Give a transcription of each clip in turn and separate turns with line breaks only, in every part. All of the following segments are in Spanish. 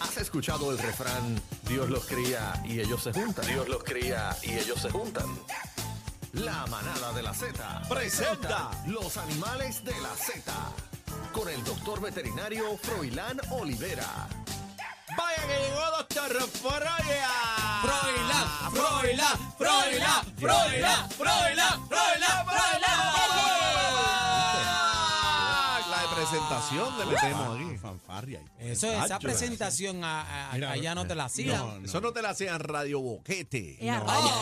¿Has escuchado el refrán Dios los cría y ellos se juntan? Dios los cría y ellos se juntan. La manada de la Z presenta los animales de la Z con el doctor veterinario Froilán Olivera.
Vaya que llegó Doctor Rosporoya.
Froilá, Froilá, Froilá, Froilá, Froilá, Froilá, Froilá.
¡Ah! La de presentación le metemos aquí. Fanfarria.
Eso, esa presentación a-
Ah,
a-
Mira, eh,
allá no te la hacía.
No, no. Eso no te la hacían Radio Boquete.
Es a
No.
rayos.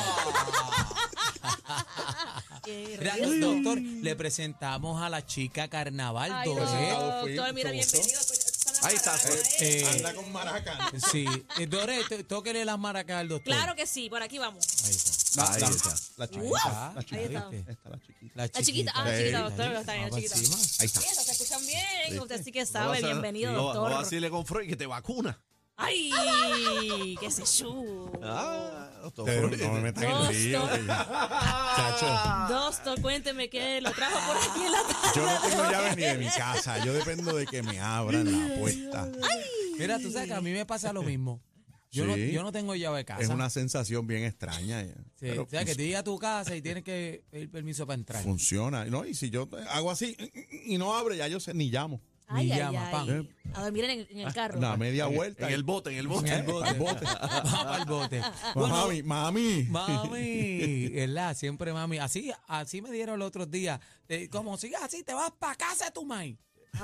Mira, Doctor, le presentamos a la chica Carnaval
Ay,
dos, ¿eh?
doctor, doctor, mira, bienvenido.
Ahí está.
Eh,
con maraca.
Sí, Eh, Dore, tó- tóquele las maracas al doctor.
Claro que sí, por aquí vamos.
Ahí está.
Ahí está.
La
Ahí
chiquita.
está,
La
ahí
chiquita.
viste.
Está la chiquita.
La
La chiquita, ah, la chiquita, doctor, está bien, la chiquita.
Ahí está.
Eso, se escuchan bien. Usted sí que
No
sabe.
vas a-
Bienvenido,
no, No vas a
doctor.
decirle con Freud que te vacuna.
Ay, qué se chu.
Ah, doctor
Te-
Freud.
no me metas en lío.
Doctor,
Chacho,
doctor, cuénteme que lo trajo por aquí en la tarde.
yo no tengo llave ni de mi casa. Yo dependo de que me abran la puerta.
Mira, tú sabes que a mí me pasa lo mismo. Yo, no,
Sí.
yo no tengo llave de casa.
Es una sensación bien extraña. eh.
Sí,
Pero
o sea, que
fun-
te llega a tu casa y tienes que pedir permiso para entrar.
funciona. No, y si yo hago así y no abre, ya yo sé, ni llamo.
Ay,
Ni
ay,
llama,
ay. A dormir en el, en el carro.
La media vuelta.
En el bote, en el bote.
En el bote. Vamos al bote. Bueno,
Pues mami, mami.
Mami, ¿verdad? Siempre mami. Así, así me dieron los otros días. Eh, como sigas así, te vas para casa de tu mãe.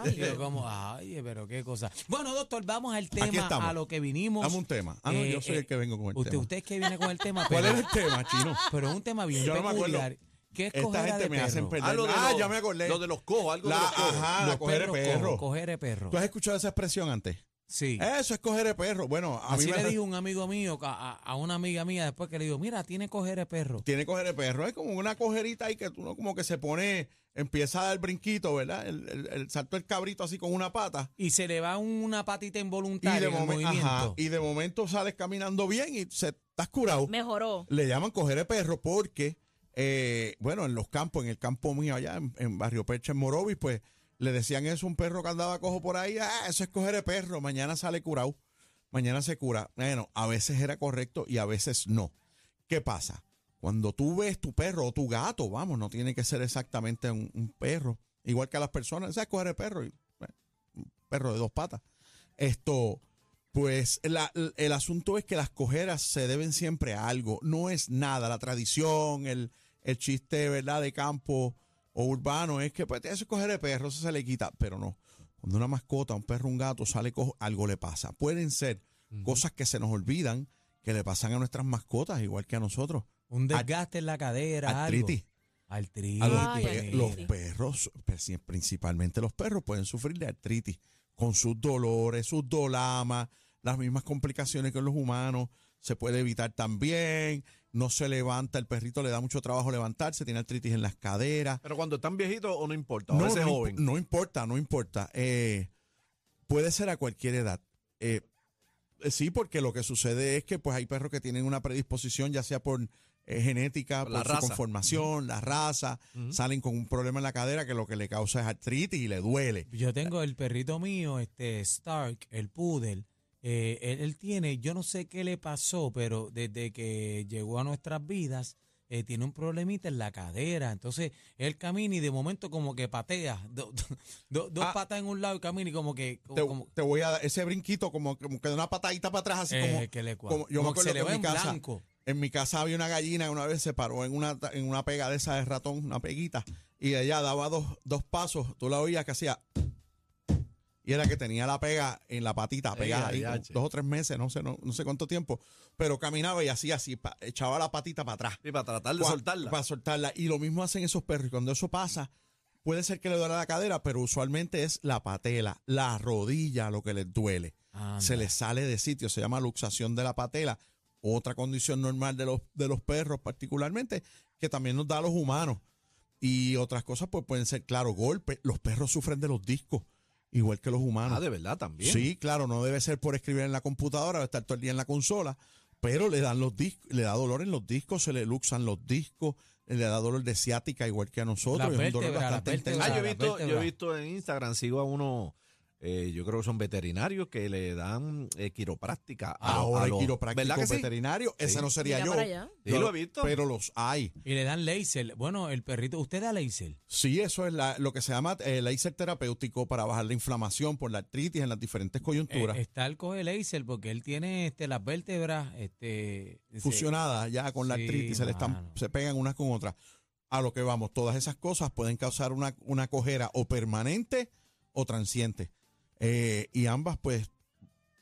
Y yo como, ay, pero qué cosa. Bueno, doctor, vamos al tema,
estamos.
a lo que vinimos. Eh,
Dame un tema. Ah, no, yo soy el que vengo con el
usted,
tema.
Usted es que viene con el tema,
¿Cuál
pero,
era el tema, chino?
pero es un tema bien
Yo no me acuerdo.
peculiar. ¿Qué es
Esta
cojera
gente
de
me
perro?
hacen perder.
Ah, lo de
Ah,
los-
ya me acordé.
Lo de los cojos, algo
La,
de los cojos.
ajá,
Los
la coger el
perros
perro.
cojo, coger el perro.
¿Tú Eh, has escuchado esa expresión antes?
Sí.
Eso es coger el perro. Bueno, a
Así
mí me
le dijo un amigo mío a, a- a una amiga mía después que le digo, mira, tiene coger el perro.
tiene coger el perro. Es como una cojerita ahí que uno como que se pone, empieza a dar brinquito, ¿verdad? El, el- el saltó el cabrito así con una pata.
Y se le va una patita
Y
involuntaria
de,
en el
momen-
movimiento.
ajá, y de momento sales caminando bien y se, estás curado.
Mejoró.
Le llaman coger el perro porque, eh, bueno, en los campos, en el campo mío allá, en, en Barrio Percha, en Morovis, pues le decían eso a un perro que andaba cojo por ahí. Ah, eso es coger el perro. Mañana sale curado. Mañana se cura. Bueno, a veces era correcto y a veces no. ¿Qué pasa? Cuando tú ves tu perro o tu gato, vamos, no tiene que ser exactamente un, un perro, igual que a las personas, ¿sabes? Coger el perro, y, bueno, un perro de dos patas. Esto, pues la- l- el asunto es que las cojeras se deben siempre a algo, no es nada, la tradición, el, el chiste, ¿verdad?, de campo o urbano, es que pues eso es coger el perro, eso se le quita, pero no. Cuando una mascota, un perro, un gato sale cojo, algo le pasa. Pueden ser cosas que se nos olvidan, que le pasan a nuestras mascotas, igual que a nosotros.
Un desgaste en la cadera,
Artritis.
algo. Artritis.
A los,
Ay,
pe-
artritis.
los perros, pues, principalmente los perros, pueden sufrir de artritis con sus dolores, sus dolamas, las mismas complicaciones que los humanos. Se puede evitar también, no se levanta, el perrito le da mucho trabajo levantarse, tiene artritis en las caderas.
Pero cuando están viejitos o no importa, o a
No,
veces
no,
joven.
imp- no importa, no importa. Eh, puede ser a cualquier edad. Eh, eh, sí, porque lo que sucede es que pues hay perros que tienen una predisposición, ya sea por eh, genética,
Por
por,
la
su
raza.
conformación, la raza, salen con un problema en la cadera que lo que le causa es artritis y le duele.
Yo tengo el perrito mío, este Stark, el poodle. eh, él, él tiene, yo no sé qué le pasó, pero desde que llegó a nuestras vidas, eh, tiene un problemita en la cadera. Entonces, él camina y de momento como que patea. do- do- do- dos
Ah.
patas en un lado y camina y como que... como-
Te,
como-
te voy a dar ese brinquito como, como que de una patadita para atrás, así
eh,
como,
que le cuadra.
como- yo me
Como que
acuerdo
se le
que
va
en
en
mi casa
blanco.
En mi casa había una gallina que una vez se paró en una, ta- en una pega de esa de ratón, una peguita, y ella daba dos, dos pasos, tú la oías que hacía. Y era que tenía la pega en la patita, pegada
Ey,
ahí, como
adiache.
dos o tres meses, no sé, no, no sé cuánto tiempo, pero caminaba y hacía así, pa- echaba la patita para atrás.
Y para tratar de
Cua-
soltarla.
Para soltarla. Y lo mismo hacen esos perros. Y cuando eso pasa, Puede ser que le duela la cadera, pero usualmente es la patela, la rodilla lo que les duele.
Anda.
Se les sale de sitio, se llama luxación de la patela. Otra condición normal de los, de los perros particularmente, que también nos da a los humanos. Y otras cosas pues pueden ser, claro, golpes. Los perros sufren de los discos, igual que los humanos.
Ah, de verdad también.
Sí, claro, no debe ser por escribir en la computadora o estar todo el día en la consola, pero le dan los discos, le da dolor en los discos, se le luxan los discos, le da dolor de ciática igual que a nosotros,
Las
es un dolor
vértebras, las
bastante
vértebras.
Ah,
intenso.
yo he
la
visto, yo
vértebra.
he visto en Instagram, sigo a uno, eh, yo creo que son veterinarios que le dan eh, quiropráctica. a los-
Ahora
a
hay
los-
quiropráctico
¿Verdad que sí?
veterinario, ese
Sí.
no sería
Mira
yo.
para allá.
Sí, lo he visto.
Pero los hay.
Y le dan laser. Bueno, el perrito, ¿usted da laser?
Sí, eso es la- lo que se llama eh, el láser terapéutico para bajar la inflamación por la artritis en las diferentes coyunturas.
Eh, está el coge laser porque él tiene este, las vértebras este, se-
fusionadas ya con la
Sí,
artritis, se, le están,
mano.
se pegan unas con otras. A lo que vamos, todas esas cosas pueden causar una, una cojera o permanente o transiente. Eh, y ambas, pues,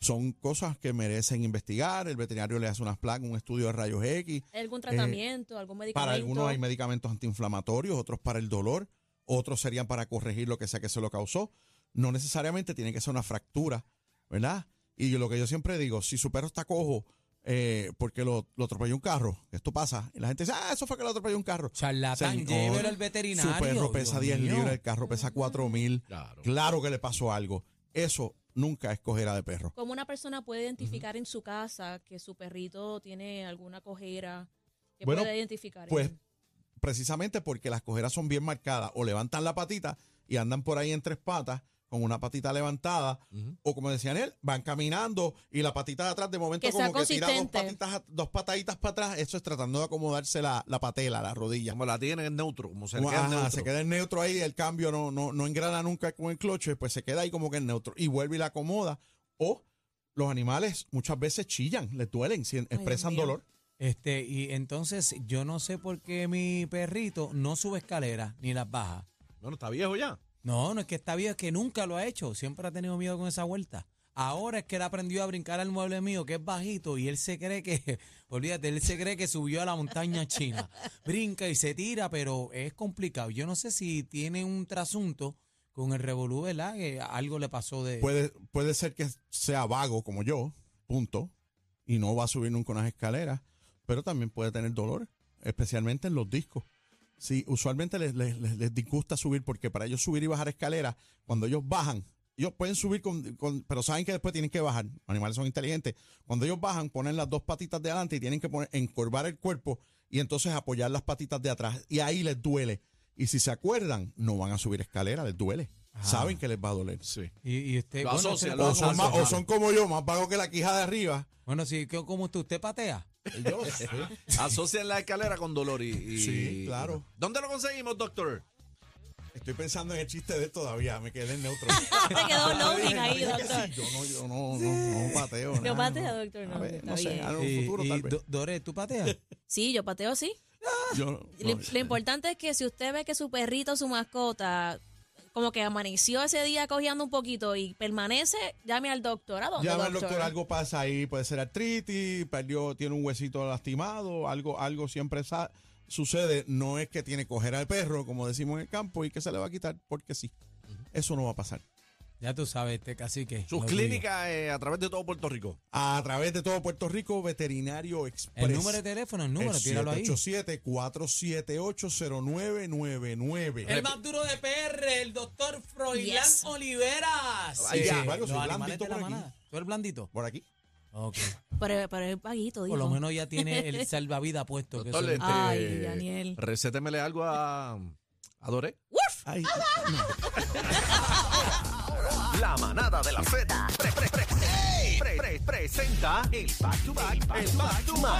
son cosas que merecen investigar. El veterinario le hace unas placas, un estudio de rayos X.
¿Hay ¿Algún tratamiento? ¿Algún medicamento?
Para algunos hay medicamentos antiinflamatorios, otros para el dolor, otros serían para corregir lo que sea que se lo causó. No necesariamente tiene que ser una fractura, ¿verdad? Y yo- lo que yo siempre digo, si su perro está cojo eh, porque lo, lo atropelló un carro, esto pasa, y la gente dice, ah, eso fue que lo atropelló un carro.
Charlatán,
Señor,
llévelo al
Su
veterinario.
perro
Dios
pesa 10
mío.
libras, el carro pesa 4 mil.
Claro.
Claro que le pasó algo. Eso nunca es cojera de perro.
¿Cómo una persona puede identificar en su casa que su perrito tiene alguna cojera? ¿Qué
Bueno,
puede identificar?
Pues precisamente porque las cojeras son bien marcadas o levantan la patita y andan por ahí en tres patas con una patita levantada
Ujú.
o como decían él, van caminando y la patita de atrás de momento
Que sea
como que tira dos,
consistente.
patitas, a- dos pataditas para atrás, eso es tratando de acomodarse la, la patela, la rodilla.
Como la tienen en neutro, como se le
Como,
queda en
ajá,
neutro.
se queda en neutro ahí, el cambio no, no, no engrana nunca con el cloche, pues se queda ahí como que en neutro y vuelve y la acomoda. O los animales muchas veces chillan, les duelen, si- expresan
mío.
dolor.
Este, y entonces yo no sé por qué mi perrito no sube escaleras ni las baja.
Bueno, está viejo ya.
No, no es que está bien, es que nunca lo ha hecho. Siempre ha tenido miedo con esa vuelta. Ahora es que él aprendió a brincar al mueble mío, que es bajito, y él se cree que, olvídate, él se cree que subió a la montaña china. Brinca y se tira, pero es complicado. Yo no sé si tiene un trasunto con el revolú, ¿verdad? Que algo le pasó de...
Pues,
Puede, puede ser que sea vago como yo, punto, y no va a subir nunca unas escaleras, pero también puede tener dolor, especialmente en los discos. Sí, usualmente les, les- les- les disgusta subir porque para ellos subir y bajar escaleras, cuando ellos bajan, ellos pueden subir, con, con- pero saben que después tienen que bajar. Los animales son inteligentes. Cuando ellos bajan, ponen las dos patitas de adelante y tienen que poner, encorvar el cuerpo y entonces apoyar las patitas de atrás. Y ahí les duele. Y si se acuerdan, no van a subir escalera, les duele. Saben que les va a doler.
Sí.
Y, y usted...
Lo
bueno,
asocia,
usted-
lo
O son,
asocia.
más- o son como yo, más vago que la quija de arriba.
Bueno, sí, ¿qué- ¿cómo usted? ¿Usted patea?
Yo sé.
Asocian la escalera con dolor y, y-
Sí, claro.
¿Dónde lo conseguimos, doctor?
Estoy pensando en el chiste de él todavía, me quedé en neutro.
Te quedó loading ahí,
Yo dije que
doctor.
sí, Yo no, yo no, no, no pateo. nada,
No patea, doctor,
A
no,
ver,
está
no sé,
bien.
algo en
Y-
un futuro
y
tal vez.
Do- Dore, ¿tú pateas?
Sí, yo pateo sí.
Yo-
Lo,
no,
lo importante es que si usted ve que su perrito, su mascota, como que amaneció ese día cojeando un poquito y permanece, llame al doctor. ¿A dónde,
Llama al
doctor?
doctor, algo pasa ahí, puede ser artritis, perdió, tiene un huesito lastimado, algo, algo siempre sa- sucede. No es que tiene cojera al perro, como decimos en el campo, y que se le va a quitar porque sí. Eso no va a pasar.
Ya tú sabes, este cacique.
Sus
lo digo.
clínicas eh, a través de todo Puerto Rico.
A través de todo Puerto Rico, Veterinario Express.
pues,
El número de teléfono, el número, tíralo ahí.
787-478-0999.
El más duro de PR, el doctor Froilán
Yes.
Oliveras.
Ay, ya, algo,
los
soy
animales
blandito
de la
por aquí.
manada. ¿Tú eres blandito?
Por aquí.
Ok.
Pero, pero es paguito, dijo.
Por lo menos ya tiene el salvavidas puesto. que
Doctor,
eso es-
le-
Ay,
Eh,
Daniel.
Recétemele algo a, a Doré.
Ay,
La manada de la Z. Pre- pre- pre- pre- pre- presenta el back to back, el back to back